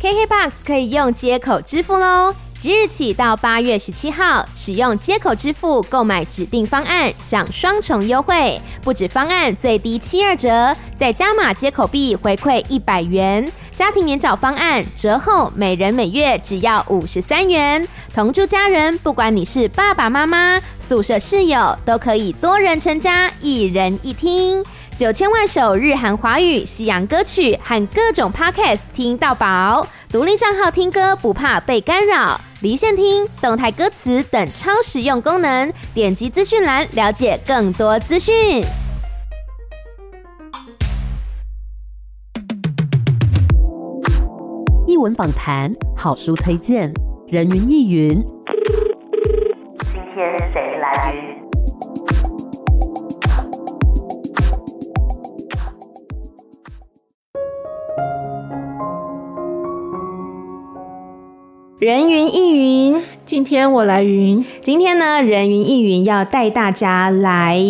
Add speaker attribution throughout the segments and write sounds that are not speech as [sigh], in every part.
Speaker 1: KKBOX 可以用接口支付喽！即日起到八月十七号，使用接口支付购买指定方案，享双重优惠，不止方案最低七二折，再加码接口币回馈一百元。家庭免缴方案折后每人每月只要五十三元。同住家人，不管你是爸爸妈妈、宿舍室友，都可以多人成家，一人一厅。九千万首日韩华语、西洋歌曲和各种 podcast 听到饱，独立账号听歌不怕被干扰，离线听、动态歌词等超实用功能。点击资讯栏了解更多资讯。
Speaker 2: 译文访谈、好书推荐、人云亦云。
Speaker 3: 今天谁来云？
Speaker 1: 人云亦云，
Speaker 4: 今天我来云，
Speaker 1: 今天呢，人云亦云要带大家来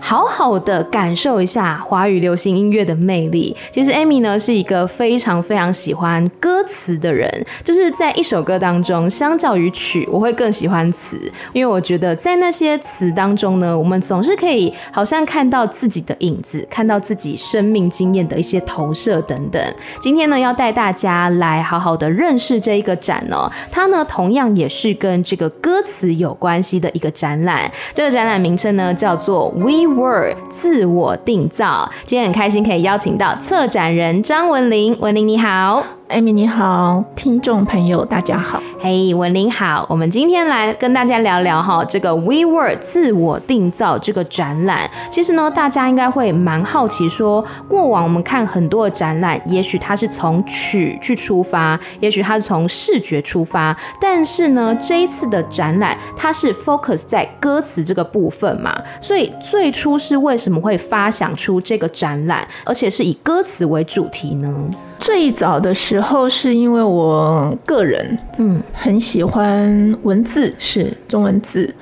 Speaker 1: 好好的感受一下华语流行音乐的魅力。其实 Amy 呢是一个非常非常喜欢歌词的人，就是在一首歌当中，相较于曲，我会更喜欢词，因为我觉得在那些词当中呢，我们总是可以好像看到自己的影子，看到自己生命经验的一些投射等等。今天呢，要带大家来好好的认识这一个展哦，它呢同样也是跟这个歌词有关系的一个展览。这个展览名称呢叫做 “We Were 自我定造”。今天很开心可以邀请到策展人张文玲，文玲你好。
Speaker 4: 艾米你好，听众朋友大家好。
Speaker 1: 嘿文玲好，我们今天来跟大家聊聊哈，这个 We Were 自我定造这个展览。其实呢，大家应该会蛮好奇说，过往我们看很多的展览，也许它是从曲去出发，也许它是从视觉出发，但是呢，这一次的展览它是 focus 在歌词这个部分嘛，所以最初是为什么会发想出这个展览，而且是以歌词为主题呢？
Speaker 4: 最早的时候是因为我个人
Speaker 1: 嗯，
Speaker 4: 很喜欢文字，
Speaker 1: 是
Speaker 4: 中文字。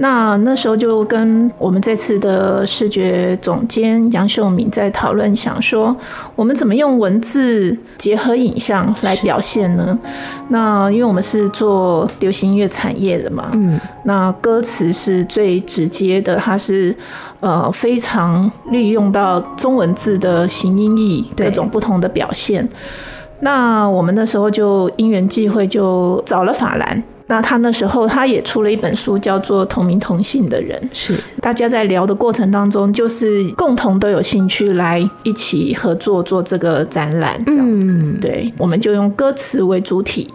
Speaker 4: 那那时候就跟我们这次的视觉总监杨秀敏在讨论，想说我们怎么用文字结合影像来表现呢？那因为我们是做流行音乐产业的嘛，
Speaker 1: 嗯，
Speaker 4: 那歌词是最直接的，它是呃非常利用到中文字的形音义
Speaker 1: 对
Speaker 4: 各种不同的表现。那我们那时候就因缘际会就找了法兰。那他那时候他也出了一本书，叫做《同名同姓的人》。
Speaker 1: 是
Speaker 4: 大家在聊的过程当中，就是共同都有兴趣来一起合作做这个展览，这样子。
Speaker 1: 嗯
Speaker 4: 对，我们就用歌词为主体，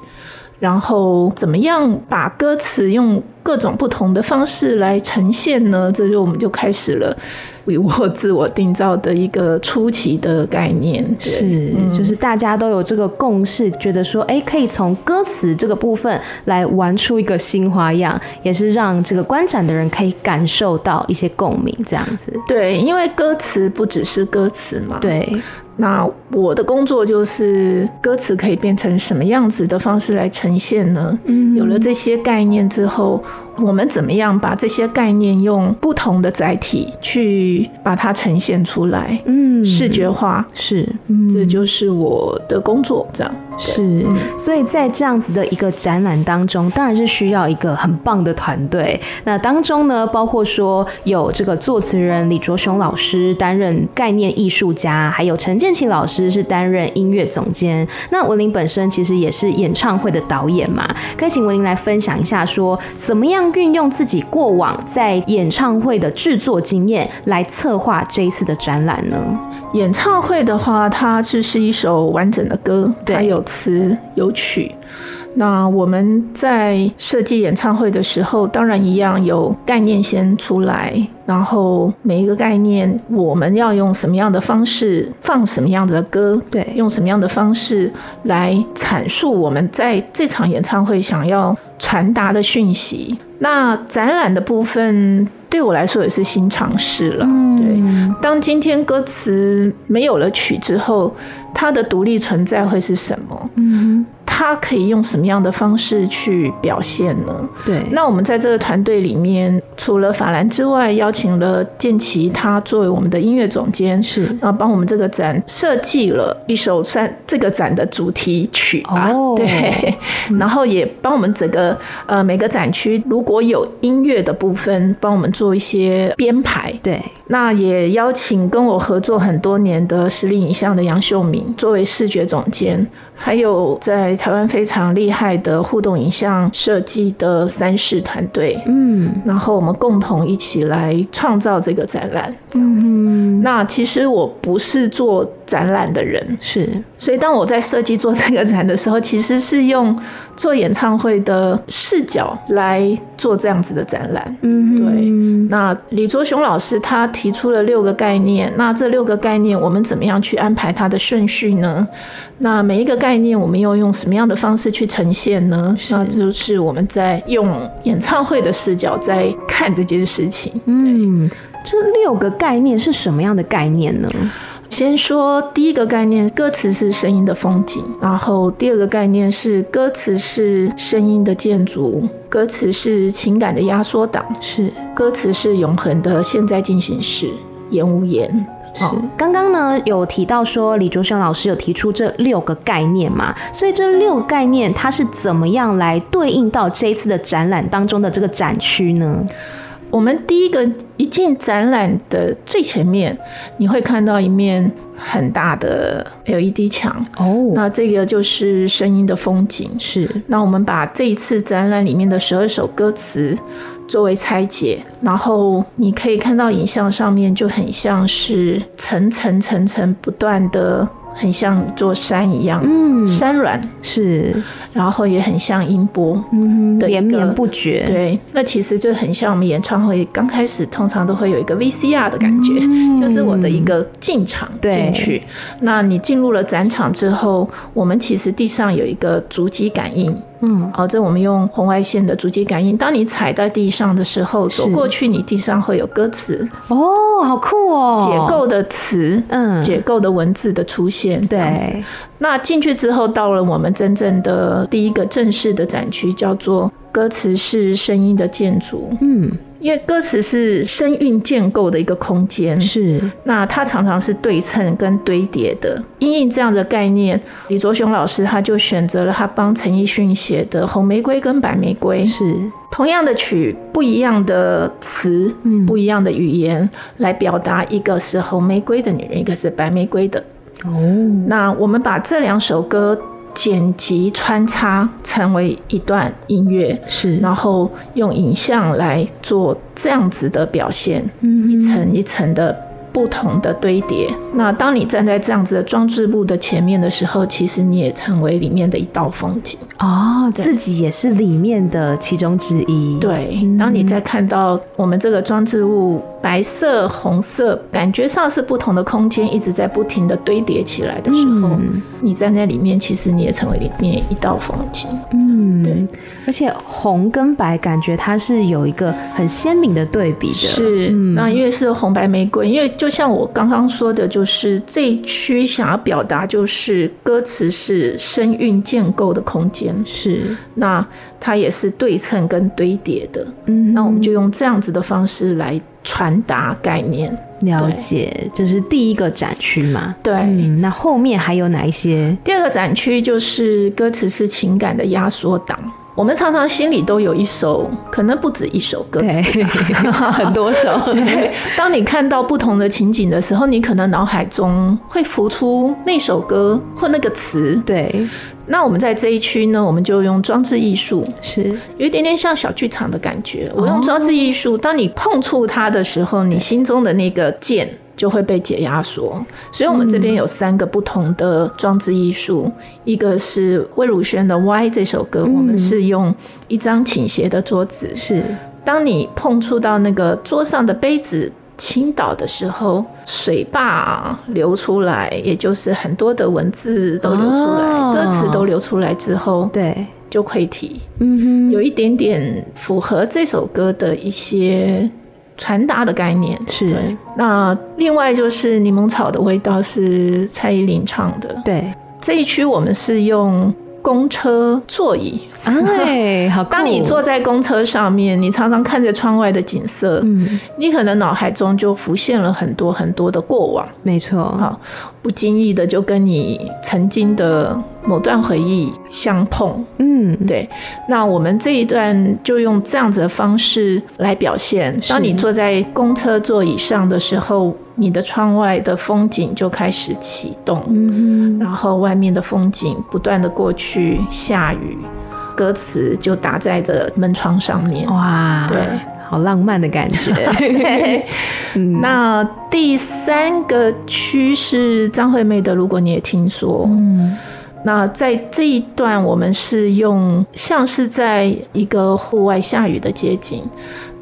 Speaker 4: 然后怎么样把歌词用各种不同的方式来呈现呢？这就我们就开始了为我自我定造的一个初期的概念。对
Speaker 1: 是，
Speaker 4: 嗯
Speaker 1: 就是大家都有这个共识，觉得说，哎，可以从歌词这个部分来玩出一个新花样，也是让这个观展的人可以感受到一些共鸣，这样子。
Speaker 4: 对，因为歌词不只是歌词嘛。。
Speaker 1: 对，
Speaker 4: 那我的工作就是歌词可以变成什么样子的方式来呈现呢？
Speaker 1: 嗯
Speaker 4: 有了这些概念之后，我们怎么样把这些概念用不同的载体去把它呈现出来？
Speaker 1: 嗯，
Speaker 4: 视觉化，
Speaker 1: 是，嗯，
Speaker 4: 这就是我的工作，这样。
Speaker 1: 是，所以在这样子的一个展览当中，当然是需要一个很棒的团队。那当中呢，包括说有这个作词人李卓雄老师担任概念艺术家，还有陈建奇老师是担任音乐总监。那文林本身其实也是演唱会的导演嘛，可以请文林来分享一下说，怎么样运用自己过往在演唱会的制作经验来策划这一次的展览呢？
Speaker 4: 演唱会的话，它就是一首完整的歌，
Speaker 1: 对
Speaker 4: 它有词有曲。那我们在设计演唱会的时候，当然一样有概念先出来，然后每一个概念我们要用什么样的方式放什么样的歌，
Speaker 1: 对
Speaker 4: 用什么样的方式来阐述我们在这场演唱会想要传达的讯息。那展览的部分对我来说也是新尝试了，对。当今天歌词没有了曲之后，它的独立存在会是什么？
Speaker 1: 嗯，
Speaker 4: 它可以用什么样的方式去表现呢？
Speaker 1: 对，
Speaker 4: 那我们在这个团队里面，除了法兰之外，邀请了建奇，他作为我们的音乐总监，
Speaker 1: 是
Speaker 4: 啊，帮我们这个展设计了一首算这个展的主题曲吧，
Speaker 1: 哦
Speaker 4: 对，然后也帮我们整个呃每个展区如果有音乐的部分，帮我们做一些编排。
Speaker 1: 对，
Speaker 4: 那也邀请跟我合作很多年的实力影像的杨秀敏作为视觉总监，还有在台湾非常厉害的互动影像设计的三视团队，
Speaker 1: 嗯
Speaker 4: 然后我们共同一起来创造这个展览。
Speaker 1: 嗯，
Speaker 4: 那其实我不是做展览的人，
Speaker 1: 是
Speaker 4: 所以当我在设计做这个展的时候，其实是用做演唱会的视角来做这样子的展览。
Speaker 1: 嗯
Speaker 4: 对那李卓雄老师他提出了六个概念，那这六个概念我们怎么样去安排它的顺序呢？那每一个概念我们又用什么样的方式去呈现呢？
Speaker 1: 是
Speaker 4: 那就是我们在用演唱会的视角在看这件事情。
Speaker 1: 嗯，这六个概念是什么样的概念呢？
Speaker 4: 先说第一个概念，歌词是声音的风景；然后第二个概念是歌词是声音的建筑，歌词是情感的压缩档，
Speaker 1: 是
Speaker 4: 歌词是永恒的现在进行时，言无言。哦
Speaker 1: 是，刚刚呢有提到说李卓雄老师有提出这六个概念嘛，所以这六个概念它是怎么样来对应到这一次的展览当中的这个展区呢？
Speaker 4: 我们第一个一进展览的最前面，你会看到一面很大的 LED 墙，
Speaker 1: 哦，
Speaker 4: 那这个就是声音的风景。
Speaker 1: 是
Speaker 4: 那我们把这一次展览里面的十二首歌词作为拆解，然后你可以看到影像上面就很像是层层层层不断的，很像一座山一样，
Speaker 1: 嗯
Speaker 4: 山峦，
Speaker 1: 是，
Speaker 4: 然后也很像音波。
Speaker 1: 嗯哼，
Speaker 4: 的一个
Speaker 1: 连绵不绝，
Speaker 4: 对，那其实就很像我们演唱会刚开始，通常都会有一个 VCR 的感觉，
Speaker 1: 嗯
Speaker 4: 就是我的一个进场
Speaker 1: 对
Speaker 4: 进去。那你进入了展场之后，我们其实地上有一个足迹感应，
Speaker 1: 嗯，
Speaker 4: 哦，这我们用红外线的足迹感应。当你踩在地上的时候，走
Speaker 1: 是
Speaker 4: 过去，你地上会有歌词、
Speaker 1: 哦，好酷哦，
Speaker 4: 解构的词、
Speaker 1: 嗯
Speaker 4: 解构的文字的出现。这样子。
Speaker 1: 对，
Speaker 4: 那进去之后，到了我们真正的第一个正式的展区，叫做歌词是声音的建筑，
Speaker 1: 嗯，
Speaker 4: 因为歌词是声韵建构的一个空间。
Speaker 1: 是
Speaker 4: 那它常常是对称跟堆叠的。因应这样的概念，李卓雄老师他就选择了他帮陈奕迅写的《红玫瑰》跟《白玫瑰》，
Speaker 1: 是，
Speaker 4: 同样的曲，不一样的词，
Speaker 1: 嗯
Speaker 4: 不一样的语言来表达，一个是红玫瑰的女人，一个是白玫瑰的。
Speaker 1: 哦，
Speaker 4: 那我们把这两首歌剪辑穿插成为一段音乐，
Speaker 1: 是，
Speaker 4: 然后用影像来做这样子的表现，
Speaker 1: 嗯
Speaker 4: 一层一层的。不同的堆叠。那当你站在这样子的装置物的前面的时候，其实你也成为里面的一道风景。
Speaker 1: 哦，自己也是里面的其中之一，，
Speaker 4: 对，当你在看到我们这个装置物白色、红色，感觉上是不同的空间，一直在不停的堆叠起来的时候，
Speaker 1: 嗯
Speaker 4: 你站在里面，其实你也成为里面一道风景。
Speaker 1: 嗯
Speaker 4: 对，
Speaker 1: 而且红跟白感觉它是有一个很鲜明的对比的，
Speaker 4: 是，那因为是红白玫瑰，因为就像我刚刚说的，就是这一区想要表达就是歌词是声韵建构的空间，
Speaker 1: 是，
Speaker 4: 那它也是对称跟堆叠的。
Speaker 1: 嗯，
Speaker 4: 那我们就用这样子的方式来传达概念。
Speaker 1: 了
Speaker 4: 对
Speaker 1: 解，这是第一个展区嘛，
Speaker 4: 对，
Speaker 1: 嗯，那后面还有哪一些？
Speaker 4: 第二个展区就是歌词是情感的压缩档。我们常常心里都有一首，可能不止一首歌词。
Speaker 1: 对，很多首，
Speaker 4: [laughs]
Speaker 1: [laughs]
Speaker 4: 对，当你看到不同的情景的时候，你可能脑海中会浮出那首歌或那个词。
Speaker 1: 对，
Speaker 4: 那我们在这一区呢，我们就用装置艺术，
Speaker 1: 是，
Speaker 4: 有一点点像小剧场的感觉。我用装置艺术，当你碰触它的时候，你心中的那个键就会被解压缩。所以，我们这边有三个不同的装置艺术，一个是魏如萱的《Y》这首歌，我们是用一张倾斜的桌子，
Speaker 1: 是，
Speaker 4: 当你碰触到那个桌上的杯子倾倒的时候，水坝流出来，也就是很多的文字都流出来，
Speaker 1: 哦
Speaker 4: 歌词都流出来之后，
Speaker 1: 对，
Speaker 4: 就溃体，
Speaker 1: 嗯
Speaker 4: 有一点点符合这首歌的一些。传达的概念
Speaker 1: 是
Speaker 4: 对那另外就是柠檬草的味道是蔡依林唱的，
Speaker 1: 哼，对，
Speaker 4: 这一区我们是用公车座椅。
Speaker 1: 哎，好酷，
Speaker 4: [laughs] 当你坐在公车上面，你常常看着窗外的景色，
Speaker 1: 嗯，
Speaker 4: 你可能脑海中就浮现了很多很多的过往。
Speaker 1: 没错，
Speaker 4: 好，不经意的就跟你曾经的某段回忆相碰。
Speaker 1: 嗯，
Speaker 4: 对，那我们这一段就用这样子的方式来表现。
Speaker 1: 是
Speaker 4: 当你坐在公车座椅上的时候，你的窗外的风景就开始启动，
Speaker 1: 嗯哼，
Speaker 4: 然后外面的风景不断的过去，下雨，歌词就打在的门窗上面。
Speaker 1: 哦
Speaker 4: [laughs]
Speaker 1: 哇，
Speaker 4: 对，
Speaker 1: 好浪漫的感觉，
Speaker 4: [laughs]
Speaker 1: [laughs]
Speaker 4: 对，
Speaker 1: 嗯
Speaker 4: 那第三个区是张惠妹的，如果你也听说，
Speaker 1: 嗯，
Speaker 4: 那在这一段，我们是用像是在一个户外下雨的街景，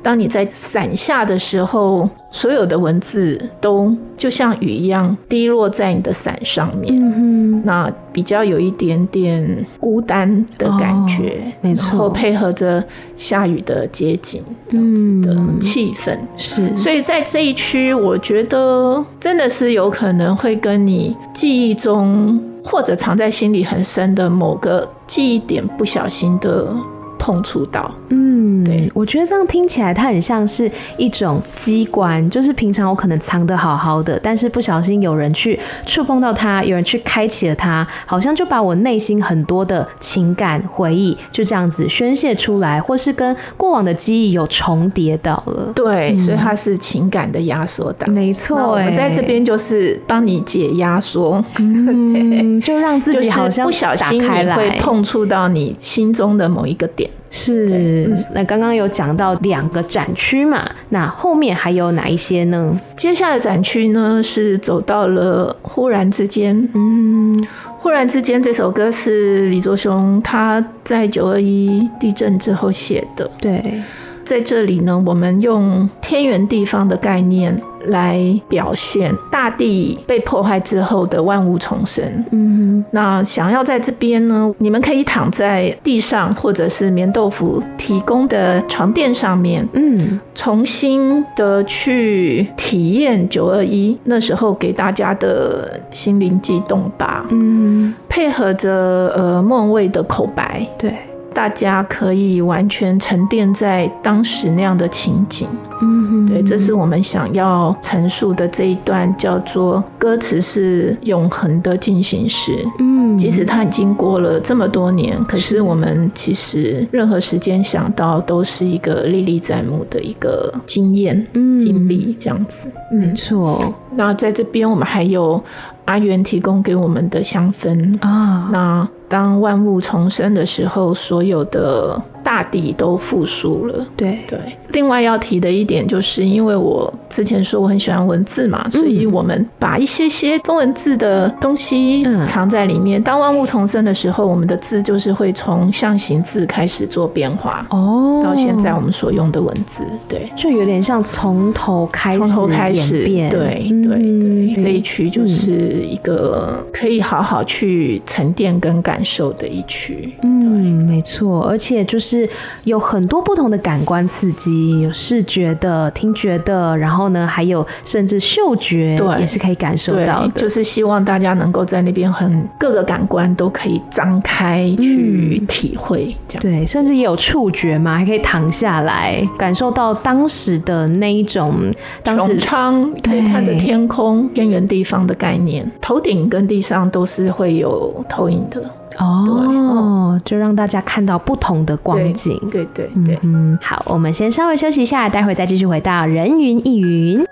Speaker 4: 当你在伞下的时候，所有的文字都就像雨一样滴落在你的伞上面。
Speaker 1: 嗯
Speaker 4: 那比较有一点点孤单的感觉，
Speaker 1: 哦没错
Speaker 4: 然后配合着下雨的街景这样子的
Speaker 1: 嗯
Speaker 4: 气氛，
Speaker 1: 哼，是，
Speaker 4: 所以在这一区，我觉得真的是有可能会跟你记忆中或者藏在心里很深的某个记忆点不小心的碰触到。
Speaker 1: 嗯，
Speaker 4: 对
Speaker 1: 我觉得这样听起来，它很像是一种机关，就是平常我可能藏得好好的，但是不小心有人去触碰到它，有人去开启了它，好像就把我内心很多的情感回忆就这样子宣泄出来，或是跟过往的记忆有重叠到了。
Speaker 4: 对，所以它是情感的压缩
Speaker 1: 嗯
Speaker 4: 档。
Speaker 1: 没
Speaker 4: 那
Speaker 1: 错，
Speaker 4: 我们在
Speaker 1: 哎
Speaker 4: 这，边就是帮你解压缩，
Speaker 1: 嗯，就让自己好
Speaker 4: 就是
Speaker 1: 像
Speaker 4: 不小
Speaker 1: 打
Speaker 4: 心你
Speaker 1: 开来
Speaker 4: 会碰触到你心中的某一个点。
Speaker 1: 是嗯
Speaker 4: 对，
Speaker 1: 那刚刚有讲到两个展区嘛，那后面还有哪一些呢？
Speaker 4: 接下来的展区呢是走到了忽然之间，
Speaker 1: 嗯，
Speaker 4: 忽然之间这首歌是李卓雄他在九二一地震之后写的。
Speaker 1: 对，
Speaker 4: 在这里呢，我们用天圆地方的概念来表现大地被破坏之后的万物重生。
Speaker 1: 嗯
Speaker 4: 那想要在这边呢，你们可以躺在地上或者是棉豆腐提供的床垫上面，
Speaker 1: 嗯。
Speaker 4: 重新的去体验九二一那时候给大家的心灵悸动吧。
Speaker 1: 嗯，
Speaker 4: 配合着呃莫文蔚的口白，
Speaker 1: 对，
Speaker 4: 大家可以完全沉淀在当时那样的情景。
Speaker 1: 嗯哼
Speaker 4: 对，这是我们想要陈述的这一段，叫做歌词是永恒的进行时。
Speaker 1: 嗯，
Speaker 4: 即使它已经过了这么多年，可
Speaker 1: 是
Speaker 4: 是我们其实任何时间想到都是一个历历在目的一个经验、
Speaker 1: 嗯
Speaker 4: 经历这样子。
Speaker 1: 没
Speaker 4: 嗯，
Speaker 1: 错
Speaker 4: 那在这边我们还有阿元提供给我们的香氛
Speaker 1: 啊，
Speaker 4: 那当万物重生的时候，所有的大地都复苏了。
Speaker 1: 对，
Speaker 4: 对，另外要提的一点就是，因为我之前说我很喜欢文字嘛，
Speaker 1: 嗯
Speaker 4: 所以我们把一些些中文字的东西
Speaker 1: 嗯
Speaker 4: 藏在里面。当万物重生的时候，我们的字就是会从象形字开始做变化，
Speaker 1: 哦，
Speaker 4: 到现在我们所用的文字。对，
Speaker 1: 就有点像从头开始，
Speaker 4: 从头开始，对
Speaker 1: 变，
Speaker 4: 对
Speaker 1: 嗯
Speaker 4: 对，这一区就是一个可以好好去沉淀跟感受的一区。
Speaker 1: 嗯，没错，而且就是有很多不同的感官刺激，有视觉的、听觉的，然后呢，还有甚至嗅觉，
Speaker 4: 对
Speaker 1: 也是可以感受
Speaker 4: 对，
Speaker 1: 到的，
Speaker 4: 就是希望大家能够在那边很各个感官都可以张开
Speaker 1: 嗯
Speaker 4: 去体会，这样。
Speaker 1: 对，甚至也有触觉嘛，还可以躺下来，感受到当时的那一种，当时
Speaker 4: 穹苍，可
Speaker 1: 对
Speaker 4: 以看着天空边缘地方的概念，头顶跟地上都是会有投影的
Speaker 1: 哦，就让大家看到不同的光
Speaker 4: 对
Speaker 1: 景。
Speaker 4: 对对对
Speaker 1: 嗯。嗯，好，我们先稍微休息一下，待会再继续回到人云亦云。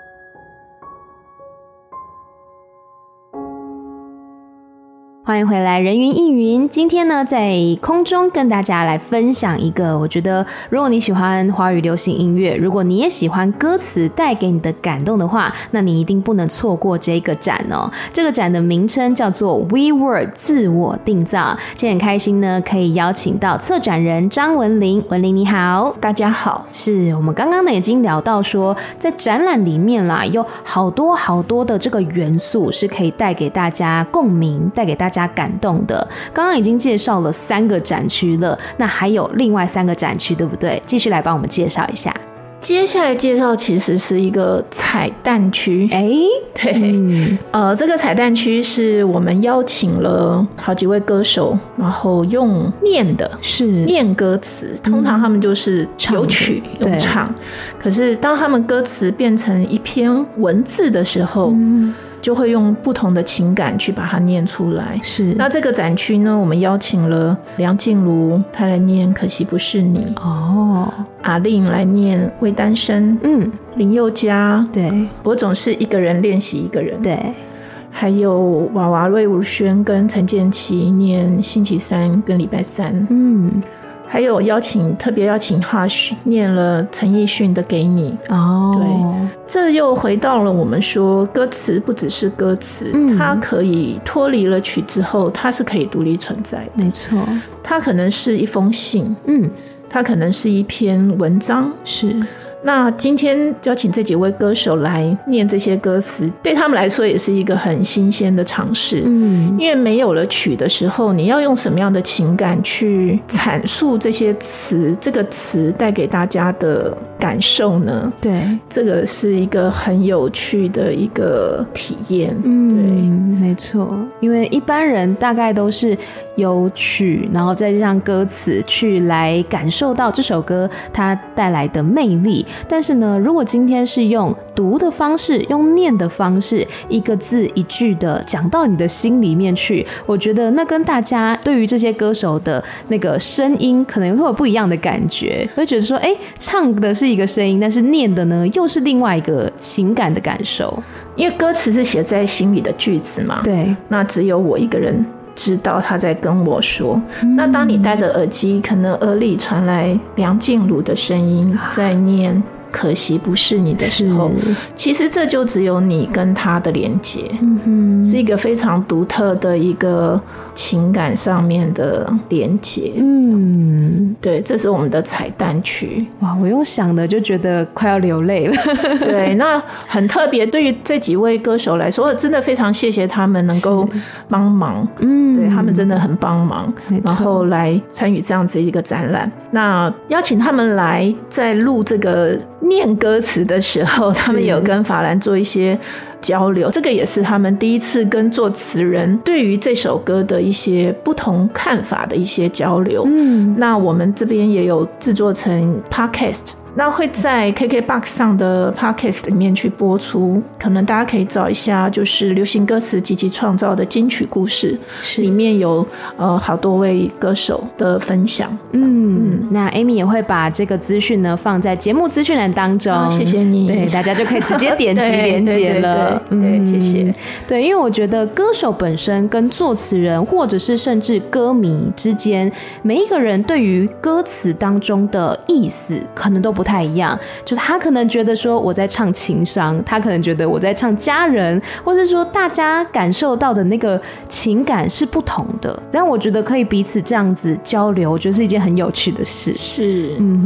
Speaker 1: 欢迎回来，人云亦云。今天呢，在空中跟大家来分享一个，我觉得如果你喜欢华语流行音乐，如果你也喜欢歌词带给你的感动的话，那你一定不能错过这个展哦。这个展的名称叫做 We Were 自我定造。今天很开心呢，可以邀请到策展人张文玲，文玲你好。
Speaker 4: 大家好，
Speaker 1: 是我们刚刚呢已经聊到说，在展览里面啦，有好多好多的这个元素是可以带给大家共鸣、带给大家感动的。刚刚已经介绍了三个展区了，那还有另外三个展区，对不对？继续来帮我们介绍一下。
Speaker 4: 接下来介绍其实是一个彩蛋区，
Speaker 1: 哎、
Speaker 4: 对，
Speaker 1: 嗯，
Speaker 4: 呃，这个彩蛋区是我们邀请了好几位歌手，然后用念的。
Speaker 1: 是
Speaker 4: 念歌词，通常他们就是有曲
Speaker 1: 唱的
Speaker 4: 有唱，可是当他们歌词变成一篇文字的时候，
Speaker 1: 嗯
Speaker 4: 就会用不同的情感去把它念出来。
Speaker 1: 是，
Speaker 4: 那这个展区呢，我们邀请了梁静茹，她来念《可惜不是你》，
Speaker 1: 哦，
Speaker 4: 阿令来念《未单身》，
Speaker 1: 嗯，
Speaker 4: 林宥嘉，
Speaker 1: 对
Speaker 4: 我总是一个人练习一个人，
Speaker 1: 对，
Speaker 4: 还有娃娃魏如萱跟陈建奇念星期三跟礼拜三，
Speaker 1: 嗯，
Speaker 4: 还有邀请特别邀请 Hush 念了陈奕迅的《给你》，
Speaker 1: 哦，
Speaker 4: 这又回到了我们说歌词不只是歌词，
Speaker 1: 嗯
Speaker 4: 它可以脱离了曲之后，它是可以独立存在的。
Speaker 1: 没错，
Speaker 4: 它可能是一封信，
Speaker 1: 嗯，
Speaker 4: 它可能是一篇文章。
Speaker 1: 是，
Speaker 4: 那今天邀请这几位歌手来念这些歌词，对他们来说也是一个很新鲜的尝试。
Speaker 1: 嗯，
Speaker 4: 因为没有了曲的时候，你要用什么样的情感去阐述这些词？这个词带给大家的感受呢？
Speaker 1: 对，
Speaker 4: 这个是一个很有趣的一个体验。对。
Speaker 1: 嗯，没错，因为一般人大概都是有曲，然后再加上歌词去来感受到这首歌它带来的魅力。但是呢，如果今天是用读的方式，用念的方式，一个字一句的讲到你的心里面去，我觉得那跟大家对于这些歌手的那个声音可能会有不一样的感觉，会觉得说，哎，唱的是一个声音，但是念的呢又是另外一个情感的感受。
Speaker 4: 因为歌词是写在心里的句子嘛，
Speaker 1: 对，
Speaker 4: 那只有我一个人知道他在跟我说。
Speaker 1: 嗯
Speaker 4: 那当你戴着耳机，可能耳里传来梁静茹的声音在念“可惜不是你”的时候，
Speaker 1: 啊是
Speaker 4: 其实这就只有你跟他的连接，
Speaker 1: 嗯
Speaker 4: 是一个非常独特的一个情感上面的连接。
Speaker 1: 嗯，
Speaker 4: 对，这是我们的彩蛋区。 [laughs]
Speaker 1: 哇，我用想的就觉得快要流泪了。
Speaker 4: 对，那很特别，对于这几位歌手来说，我真的非常谢谢他们能够帮忙。
Speaker 1: [laughs] 嗯，
Speaker 4: 对他们真的很帮忙
Speaker 1: 没，错
Speaker 4: 然后来参与这样子一个展览。那邀请他们来在录这个念歌词的时候，他们有跟法兰做一些交流，这个也是他们第一次跟作词人对于这首歌的一些不同看法的一些交流。
Speaker 1: 嗯，
Speaker 4: 那我们这边也有制作成 podcast。那会
Speaker 1: 嗯
Speaker 4: 在 KKBOX 上的 Podcast 里面去播出，可能大家可以找一下，就是流行歌词及其创造的金曲故事，里面有呃好多位歌手的分享。
Speaker 1: 嗯，那 Amy 也会把这个资讯呢放在节目资讯栏当中、
Speaker 4: 啊谢谢你
Speaker 1: 对，大家就可以直接点击
Speaker 4: [laughs] 对
Speaker 1: 连接了。嗯
Speaker 4: 对对对对谢谢。
Speaker 1: 对，因为我觉得歌手本身跟作词人，或者是甚至歌迷之间，每一个人对于歌词当中的意思可能都不太一样。就是他可能觉得说我在唱情伤，他可能觉得我在唱家人，或是说大家感受到的那个情感是不同的。但我觉得可以彼此这样子交流，我觉得是一件很有趣的事。
Speaker 4: 是，
Speaker 1: 嗯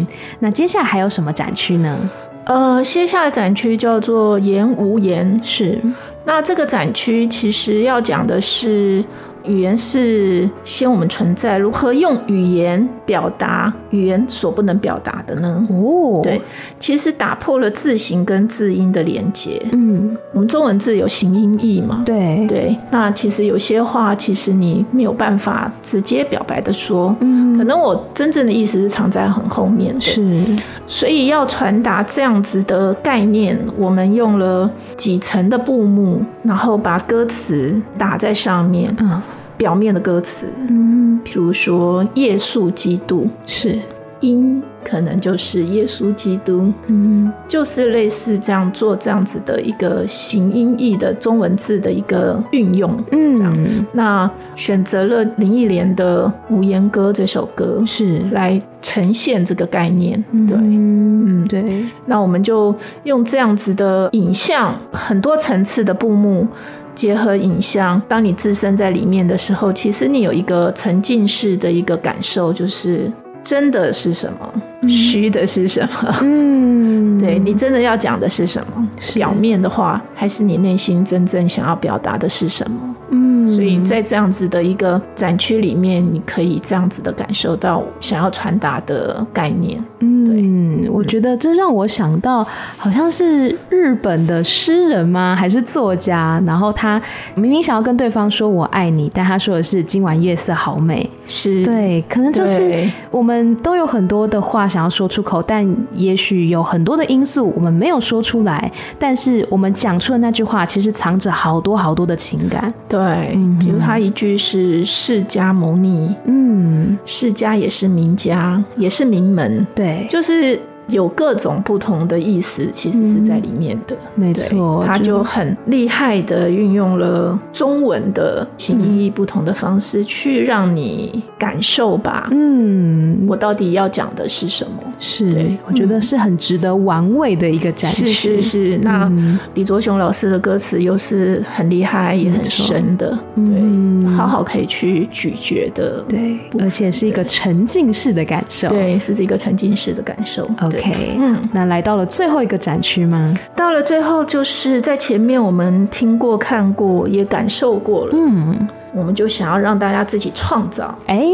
Speaker 4: 对。，
Speaker 1: 那接下来还有什么展区呢？
Speaker 4: 呃，接下来展区叫做“言无言”，是。那这个展区其实要讲的是，语言是先我们存在，如何用语言表达语言所不能表达的呢？
Speaker 1: 哦，
Speaker 4: 对，，其实打破了字形跟字音的连接。
Speaker 1: 嗯，
Speaker 4: 我们中文字有形音义嘛？
Speaker 1: 对，，
Speaker 4: 对，那其实有些话，其实你没有办法直接表白的说，
Speaker 1: 嗯
Speaker 4: 可能我真正的意思是藏在很后面的，
Speaker 1: 是，
Speaker 4: 所以要传达这样子的概念，我们用了几层的布幕，然后把歌词打在上面，
Speaker 1: 嗯
Speaker 4: 表面的歌词，
Speaker 1: 嗯，
Speaker 4: 比如说耶稣基督，
Speaker 1: 是，
Speaker 4: 音可能就是耶稣基督，
Speaker 1: 嗯
Speaker 4: 就是类似这样做这样子的一个形音义的中文字的一个运用。
Speaker 1: 嗯，
Speaker 4: 那选择了林忆莲的《无言歌》这首歌
Speaker 1: 是，
Speaker 4: 来呈现这个概念，对。
Speaker 1: 嗯
Speaker 4: 嗯
Speaker 1: 对，
Speaker 4: 那我们就用这样子的影像，很多层次的布幕结合影像，当你置身在里面的时候，其实你有一个沉浸式的一个感受，就是真的是什么，虚的是什么。
Speaker 1: 嗯，
Speaker 4: [laughs] 对你真的要讲的是什么？
Speaker 1: 是
Speaker 4: 表面的话，还是你内心真正想要表达的是什么？
Speaker 1: 嗯，
Speaker 4: 所以在这样子的一个展区里面，你可以这样子的感受到想要传达的概念。
Speaker 1: 嗯，我觉得这让我想到，好像是日本的诗人吗？还是作家？然后他明明想要跟对方说我爱你，但他说的是今晚夜色好美。
Speaker 4: 是，
Speaker 1: 对，可能就是
Speaker 4: 对
Speaker 1: 我们都有很多的话想要说出口，但也许有很多的因素我们没有说出来，但是我们讲出的那句话，其实藏着好多好多的情感。
Speaker 4: 对，比如他一句是释迦牟尼，
Speaker 1: 嗯，
Speaker 4: 释迦也是名家，也是名门，
Speaker 1: 对，
Speaker 4: 就是有各种不同的意思，其实是在里面的。
Speaker 1: 嗯没
Speaker 4: 对
Speaker 1: 错，
Speaker 4: 他就很厉害的运用了中文的形
Speaker 1: 嗯
Speaker 4: 音义不同的方式，去让你感受吧，
Speaker 1: 嗯，
Speaker 4: 我到底要讲的是什么？
Speaker 1: 是
Speaker 4: 对，嗯
Speaker 1: 我觉得是很值得玩味的一个展示。
Speaker 4: 是是是，那
Speaker 1: 嗯
Speaker 4: 李卓雄老师的歌词又是很厉害，也很深的，
Speaker 1: 嗯
Speaker 4: 对，好好可以去咀嚼的，
Speaker 1: 对，而且是一个沉浸式的感受。
Speaker 4: 对，是这个沉浸式的感受。对
Speaker 1: ，OK，
Speaker 4: 嗯
Speaker 1: 那来到了最后一个展区吗？
Speaker 4: 到了最后，就是在前面我们听过、看过，也感受过了，
Speaker 1: 嗯，
Speaker 4: 我们就想要让大家自己创造。
Speaker 1: 哎，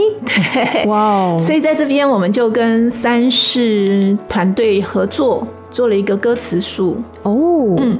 Speaker 1: 哇哦，
Speaker 4: 所
Speaker 1: 以
Speaker 4: 以在这边，我们就跟三世团队合作，做了一个歌词书。
Speaker 1: 哦，
Speaker 4: 嗯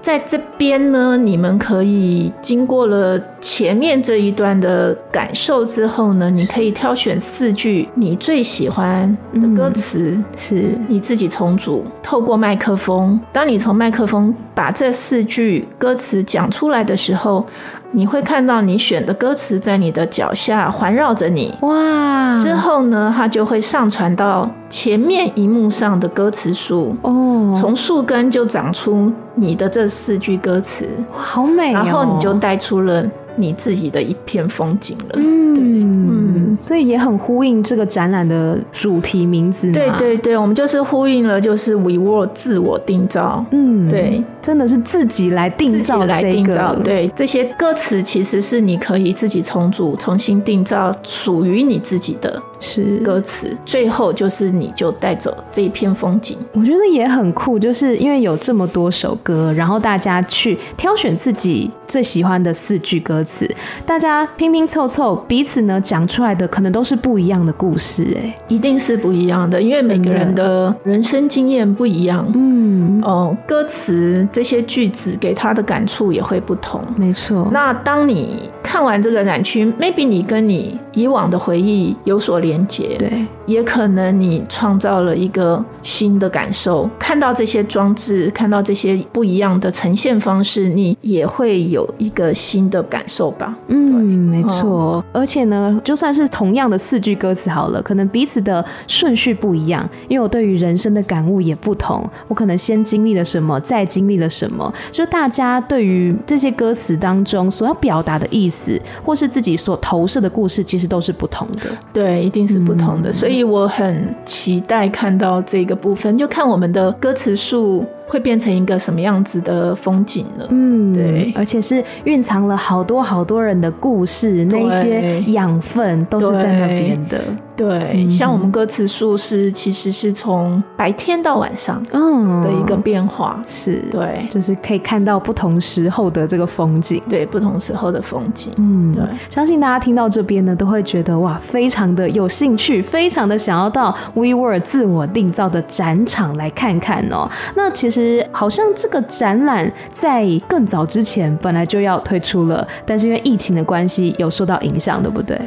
Speaker 4: 在这边呢，你们可以经过了前面这一段的感受之后呢，你可以挑选四句你最喜欢的歌词，
Speaker 1: 是
Speaker 4: 你自己重组，透过麦克风。当你从麦克风把这四句歌词讲出来的时候，你会看到你选的歌词在你的脚下环绕着你。
Speaker 1: 哇，
Speaker 4: 之后呢，它就会上传到前面荧幕上的歌词书，
Speaker 1: 哦，
Speaker 4: 从树根就长出你的这四句歌词，
Speaker 1: 哇好美哦，
Speaker 4: 然后你就带出了你自己的一片风景了。
Speaker 1: 嗯，所以也很呼应这个展览的主题名字嘛，
Speaker 4: 对对对，我们就是呼应了，就是 we were 自我定造。
Speaker 1: 嗯，
Speaker 4: 对，
Speaker 1: 真的是自己来定
Speaker 4: 自己
Speaker 1: 嗯造
Speaker 4: 来
Speaker 1: 这
Speaker 4: 定造，
Speaker 1: 个，，
Speaker 4: 对这些歌词其实是你可以自己重组、重新定造属于你自己的
Speaker 1: 是
Speaker 4: 歌词，最后就是你就带走这一片风景。
Speaker 1: 我觉得也很酷，就是因为有这么多首歌，然后大家去挑选自己最喜欢的四句歌词，大家拼拼凑凑，彼此呢讲出来的可能都是不一样的故事、哎，
Speaker 4: 一定是不一样的，因为每个人的人生经验不一样，
Speaker 1: 嗯，
Speaker 4: 哦，歌词这些句子给他的感触也会不同。
Speaker 1: 没错，
Speaker 4: 那当你看完这个展区，maybe 你跟你以往的回忆有所连接，，
Speaker 1: 对，
Speaker 4: 也可能你创造了一个新的感受。看到这些装置，看到这些不一样的呈现方式，你也会有一个新的感受吧。
Speaker 1: 嗯，没错，而且呢，就算是同样的四句歌词好了，可能彼此的顺序不一样，因为我对于人生的感悟也不同，我可能先经历了什么，再经历了什么，就大家对于这些歌词当中所要表达的意思，或是自己所投射的故事，其实都是不同的。
Speaker 4: 对，一定是不同的，所以我很期待看到这个部分，就看我们的歌词树会变成一个什么样子的风景了。
Speaker 1: 嗯，
Speaker 4: 对
Speaker 1: 而且是蕴藏了好多好多人的故事，那一些养分都是在那边的。
Speaker 4: 对，
Speaker 1: 嗯
Speaker 4: 像我们歌词树是其实是从白天到晚上
Speaker 1: 嗯，
Speaker 4: 的一个变化，
Speaker 1: 是，
Speaker 4: 对
Speaker 1: 就是可以看到不同时候的这个风景。
Speaker 4: 对，不同时候的风景。
Speaker 1: 嗯
Speaker 4: 对，
Speaker 1: 相信大家听到这边呢，都会觉得哇，非常的有兴趣，非常的想要到 WeWork 自我定造的展场来看看哦。那其实好像这个展览在更早之前本来就要推出了，但是因为疫情的关系，有受到影响，对不
Speaker 4: [laughs]
Speaker 1: 对？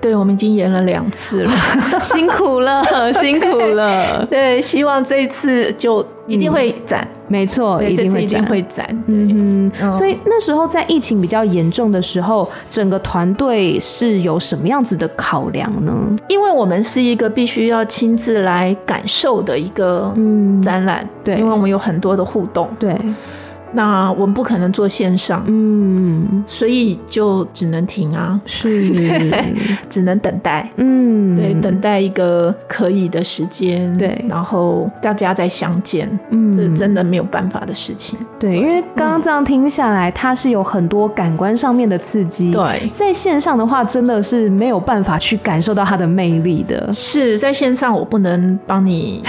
Speaker 4: 对，我们已经演了两次了。
Speaker 1: 嗯辛苦了，辛苦了，
Speaker 4: [laughs] 对，希望这一次就一定会展，
Speaker 1: 没错，嗯
Speaker 4: 对，
Speaker 1: 哦一
Speaker 4: 这
Speaker 1: 定
Speaker 4: 次
Speaker 1: 会
Speaker 4: 一
Speaker 1: 展
Speaker 4: 定会展。对，
Speaker 1: 嗯哼，
Speaker 4: 嗯
Speaker 1: 所以那时候在疫情比较严重的时候，整个团队是有什么样子的考量呢？
Speaker 4: 因为我们是一个必须要亲自来感受的一个
Speaker 1: 嗯
Speaker 4: 展览，
Speaker 1: 对
Speaker 4: 因为我们有很多的互动，
Speaker 1: 对，
Speaker 4: 那我们不可能做线上，
Speaker 1: 嗯，
Speaker 4: 所以就只能停啊，
Speaker 1: [laughs] 是，
Speaker 4: 只能等待。
Speaker 1: 嗯，
Speaker 4: 对，等待一个可以的时间，
Speaker 1: 对
Speaker 4: 然后大家再相见，
Speaker 1: 嗯
Speaker 4: 这真的没有办法的事情。
Speaker 1: 对，因为刚刚这样听下来，它是有很多感官上面的刺激，，
Speaker 4: 对，
Speaker 1: 在线上的话，真的是没 [laughs] 有办法去感受到它的魅力的，
Speaker 4: 是在线上我不能帮你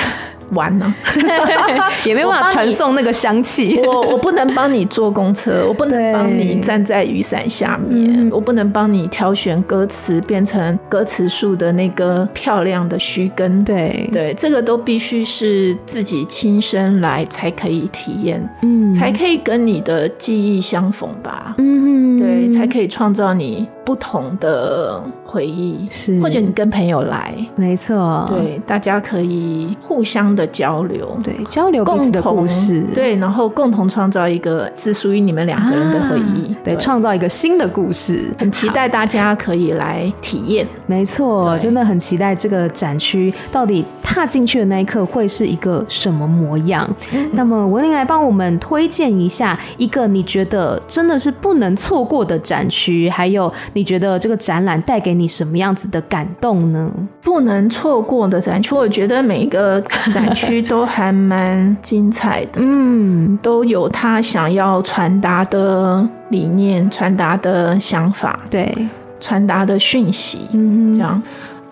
Speaker 4: 玩啊
Speaker 1: [laughs]
Speaker 4: 呢、
Speaker 1: 也没有办法传送那个香气。
Speaker 4: 我我不能帮你坐公车，我不能帮你
Speaker 1: 对
Speaker 4: 站在雨伞下
Speaker 1: 嗯
Speaker 4: 面，我不能帮你挑选歌词变成歌词树的那个漂亮的须根。
Speaker 1: 对，
Speaker 4: 对，这个都必须是自己亲身来才可以体验，
Speaker 1: 嗯
Speaker 4: 才可以跟你的记忆相缝吧。
Speaker 1: 嗯哼
Speaker 4: 对，才可以创造你不同的回忆，
Speaker 1: 是啊
Speaker 4: 或者你跟朋友来，
Speaker 1: 没错，
Speaker 4: 对，大家可以互相的交流，
Speaker 1: 对，交流彼
Speaker 4: 共
Speaker 1: 此的
Speaker 4: 同
Speaker 1: 故事，
Speaker 4: 对，然后共同创造一个只属于你们两个人的回忆
Speaker 1: 啊，对，创造一个新的故事，
Speaker 4: 很期待大家可以来体验。
Speaker 1: 没错，
Speaker 4: 对
Speaker 1: 真的很期待这个展区到底踏进去的那一刻会是一个什么模样。
Speaker 4: 嗯
Speaker 1: 那么文玲来帮我们推荐一下一个你觉得真的是不能错过的展区，还有你觉得这个展览带给你什么样子的感动呢？
Speaker 4: 不能错过的展区，我觉得每一个展区都还蛮精彩
Speaker 1: [laughs]
Speaker 4: 的，
Speaker 1: 嗯，
Speaker 4: 都有他想要传达的理念、传达的想法、
Speaker 1: 对，
Speaker 4: 传达的讯息，
Speaker 1: 嗯哼，
Speaker 4: 这样。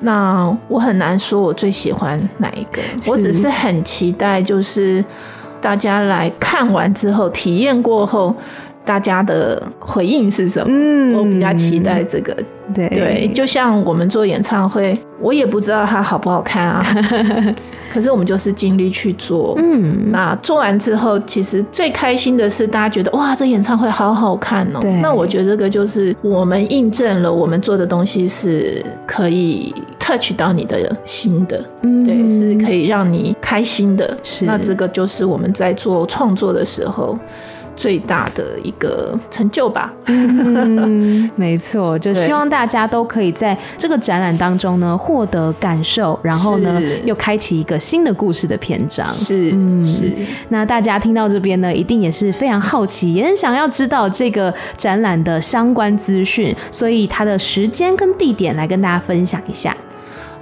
Speaker 4: 那我很难说我最喜欢哪一个，
Speaker 1: 是
Speaker 4: 我只是很期待，就是大家来看完之后，体验过后，大家的回应是什么。
Speaker 1: 嗯
Speaker 4: 我比较期待，这个，
Speaker 1: 对
Speaker 4: 对，就像我们做演唱会，我也不知道它好不好
Speaker 1: [laughs]
Speaker 4: 看啊，可是我们就是尽力去做。
Speaker 1: 嗯，
Speaker 4: 那做完之后，其实最开心的是大家觉得哇，这演唱会好好看哦
Speaker 1: 对。
Speaker 4: 那我觉得这个就是我们印证了我们做的东西是可以 touch 到你的心的，
Speaker 1: 嗯
Speaker 4: 对，是可以让你开心的。
Speaker 1: 是
Speaker 4: 那这个就是我们在做创作的时候最大的一个成就吧。
Speaker 1: 嗯， [laughs] 没错，就
Speaker 4: 对
Speaker 1: 希望大家都可以在这个展览当中呢获得感受，然后呢
Speaker 4: 是
Speaker 1: 又开启一个新的故事的篇章。
Speaker 4: 是，
Speaker 1: 嗯
Speaker 4: 是。
Speaker 1: 那大家听到这边呢，一定也是非常好奇，也很想要知道这个展览的相关资讯，所以它的时间跟地点来跟大家分享一下。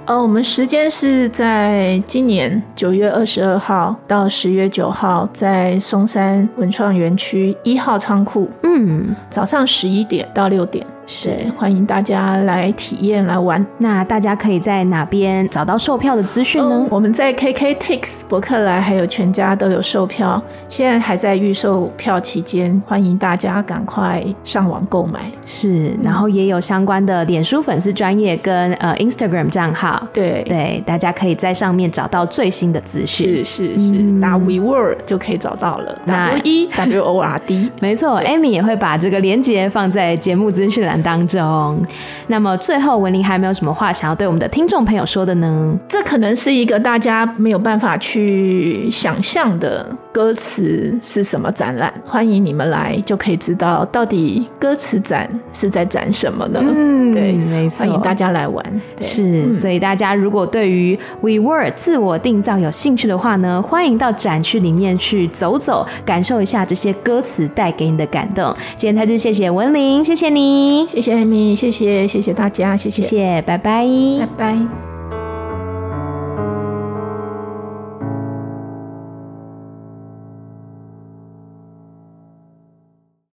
Speaker 4: 呃，我们时间是在今年九月二十二号到十月九号，在松山文创园区一号仓库，
Speaker 1: 嗯，
Speaker 4: 早上十一点到六点，对，欢迎大家来体验来玩。
Speaker 1: 那大家可以在哪边找到售票的资讯呢
Speaker 4: 哦？我们在 KKTix、博客来还有全家都有售票，现在还在预售票期间，欢迎大家赶快上网购买。
Speaker 1: 是，然后也有相关的脸书粉丝专业跟呃 Instagram 账号。
Speaker 4: 对，
Speaker 1: 对，大家可以在上面找到最新的资讯。
Speaker 4: 是是是，打 WeWord 就可以找到了
Speaker 1: 那
Speaker 4: ，W E W O R D。
Speaker 1: 没错，Amy 也会把这个连接放在节目资讯栏当中。那么最后，文玲还有没有什么话想要对我们的听众朋友说的呢？
Speaker 4: 这可能是一个大家没有办法去想象的歌词是什么展览，欢迎你们来就可以知道到底歌词展是在展什么呢？
Speaker 1: 嗯
Speaker 4: 对，
Speaker 1: 没错
Speaker 4: 欢迎大家来嗯玩。对
Speaker 1: 是，所以大家如果对于 We Were 自我定造有兴趣的话呢，欢迎到展区里面去走走，感受一下这些歌词带给你的感动。今天再次谢谢文玲，谢谢你，
Speaker 4: 谢谢艾米，谢谢谢谢大家，谢
Speaker 1: 谢谢，拜拜
Speaker 4: 拜拜。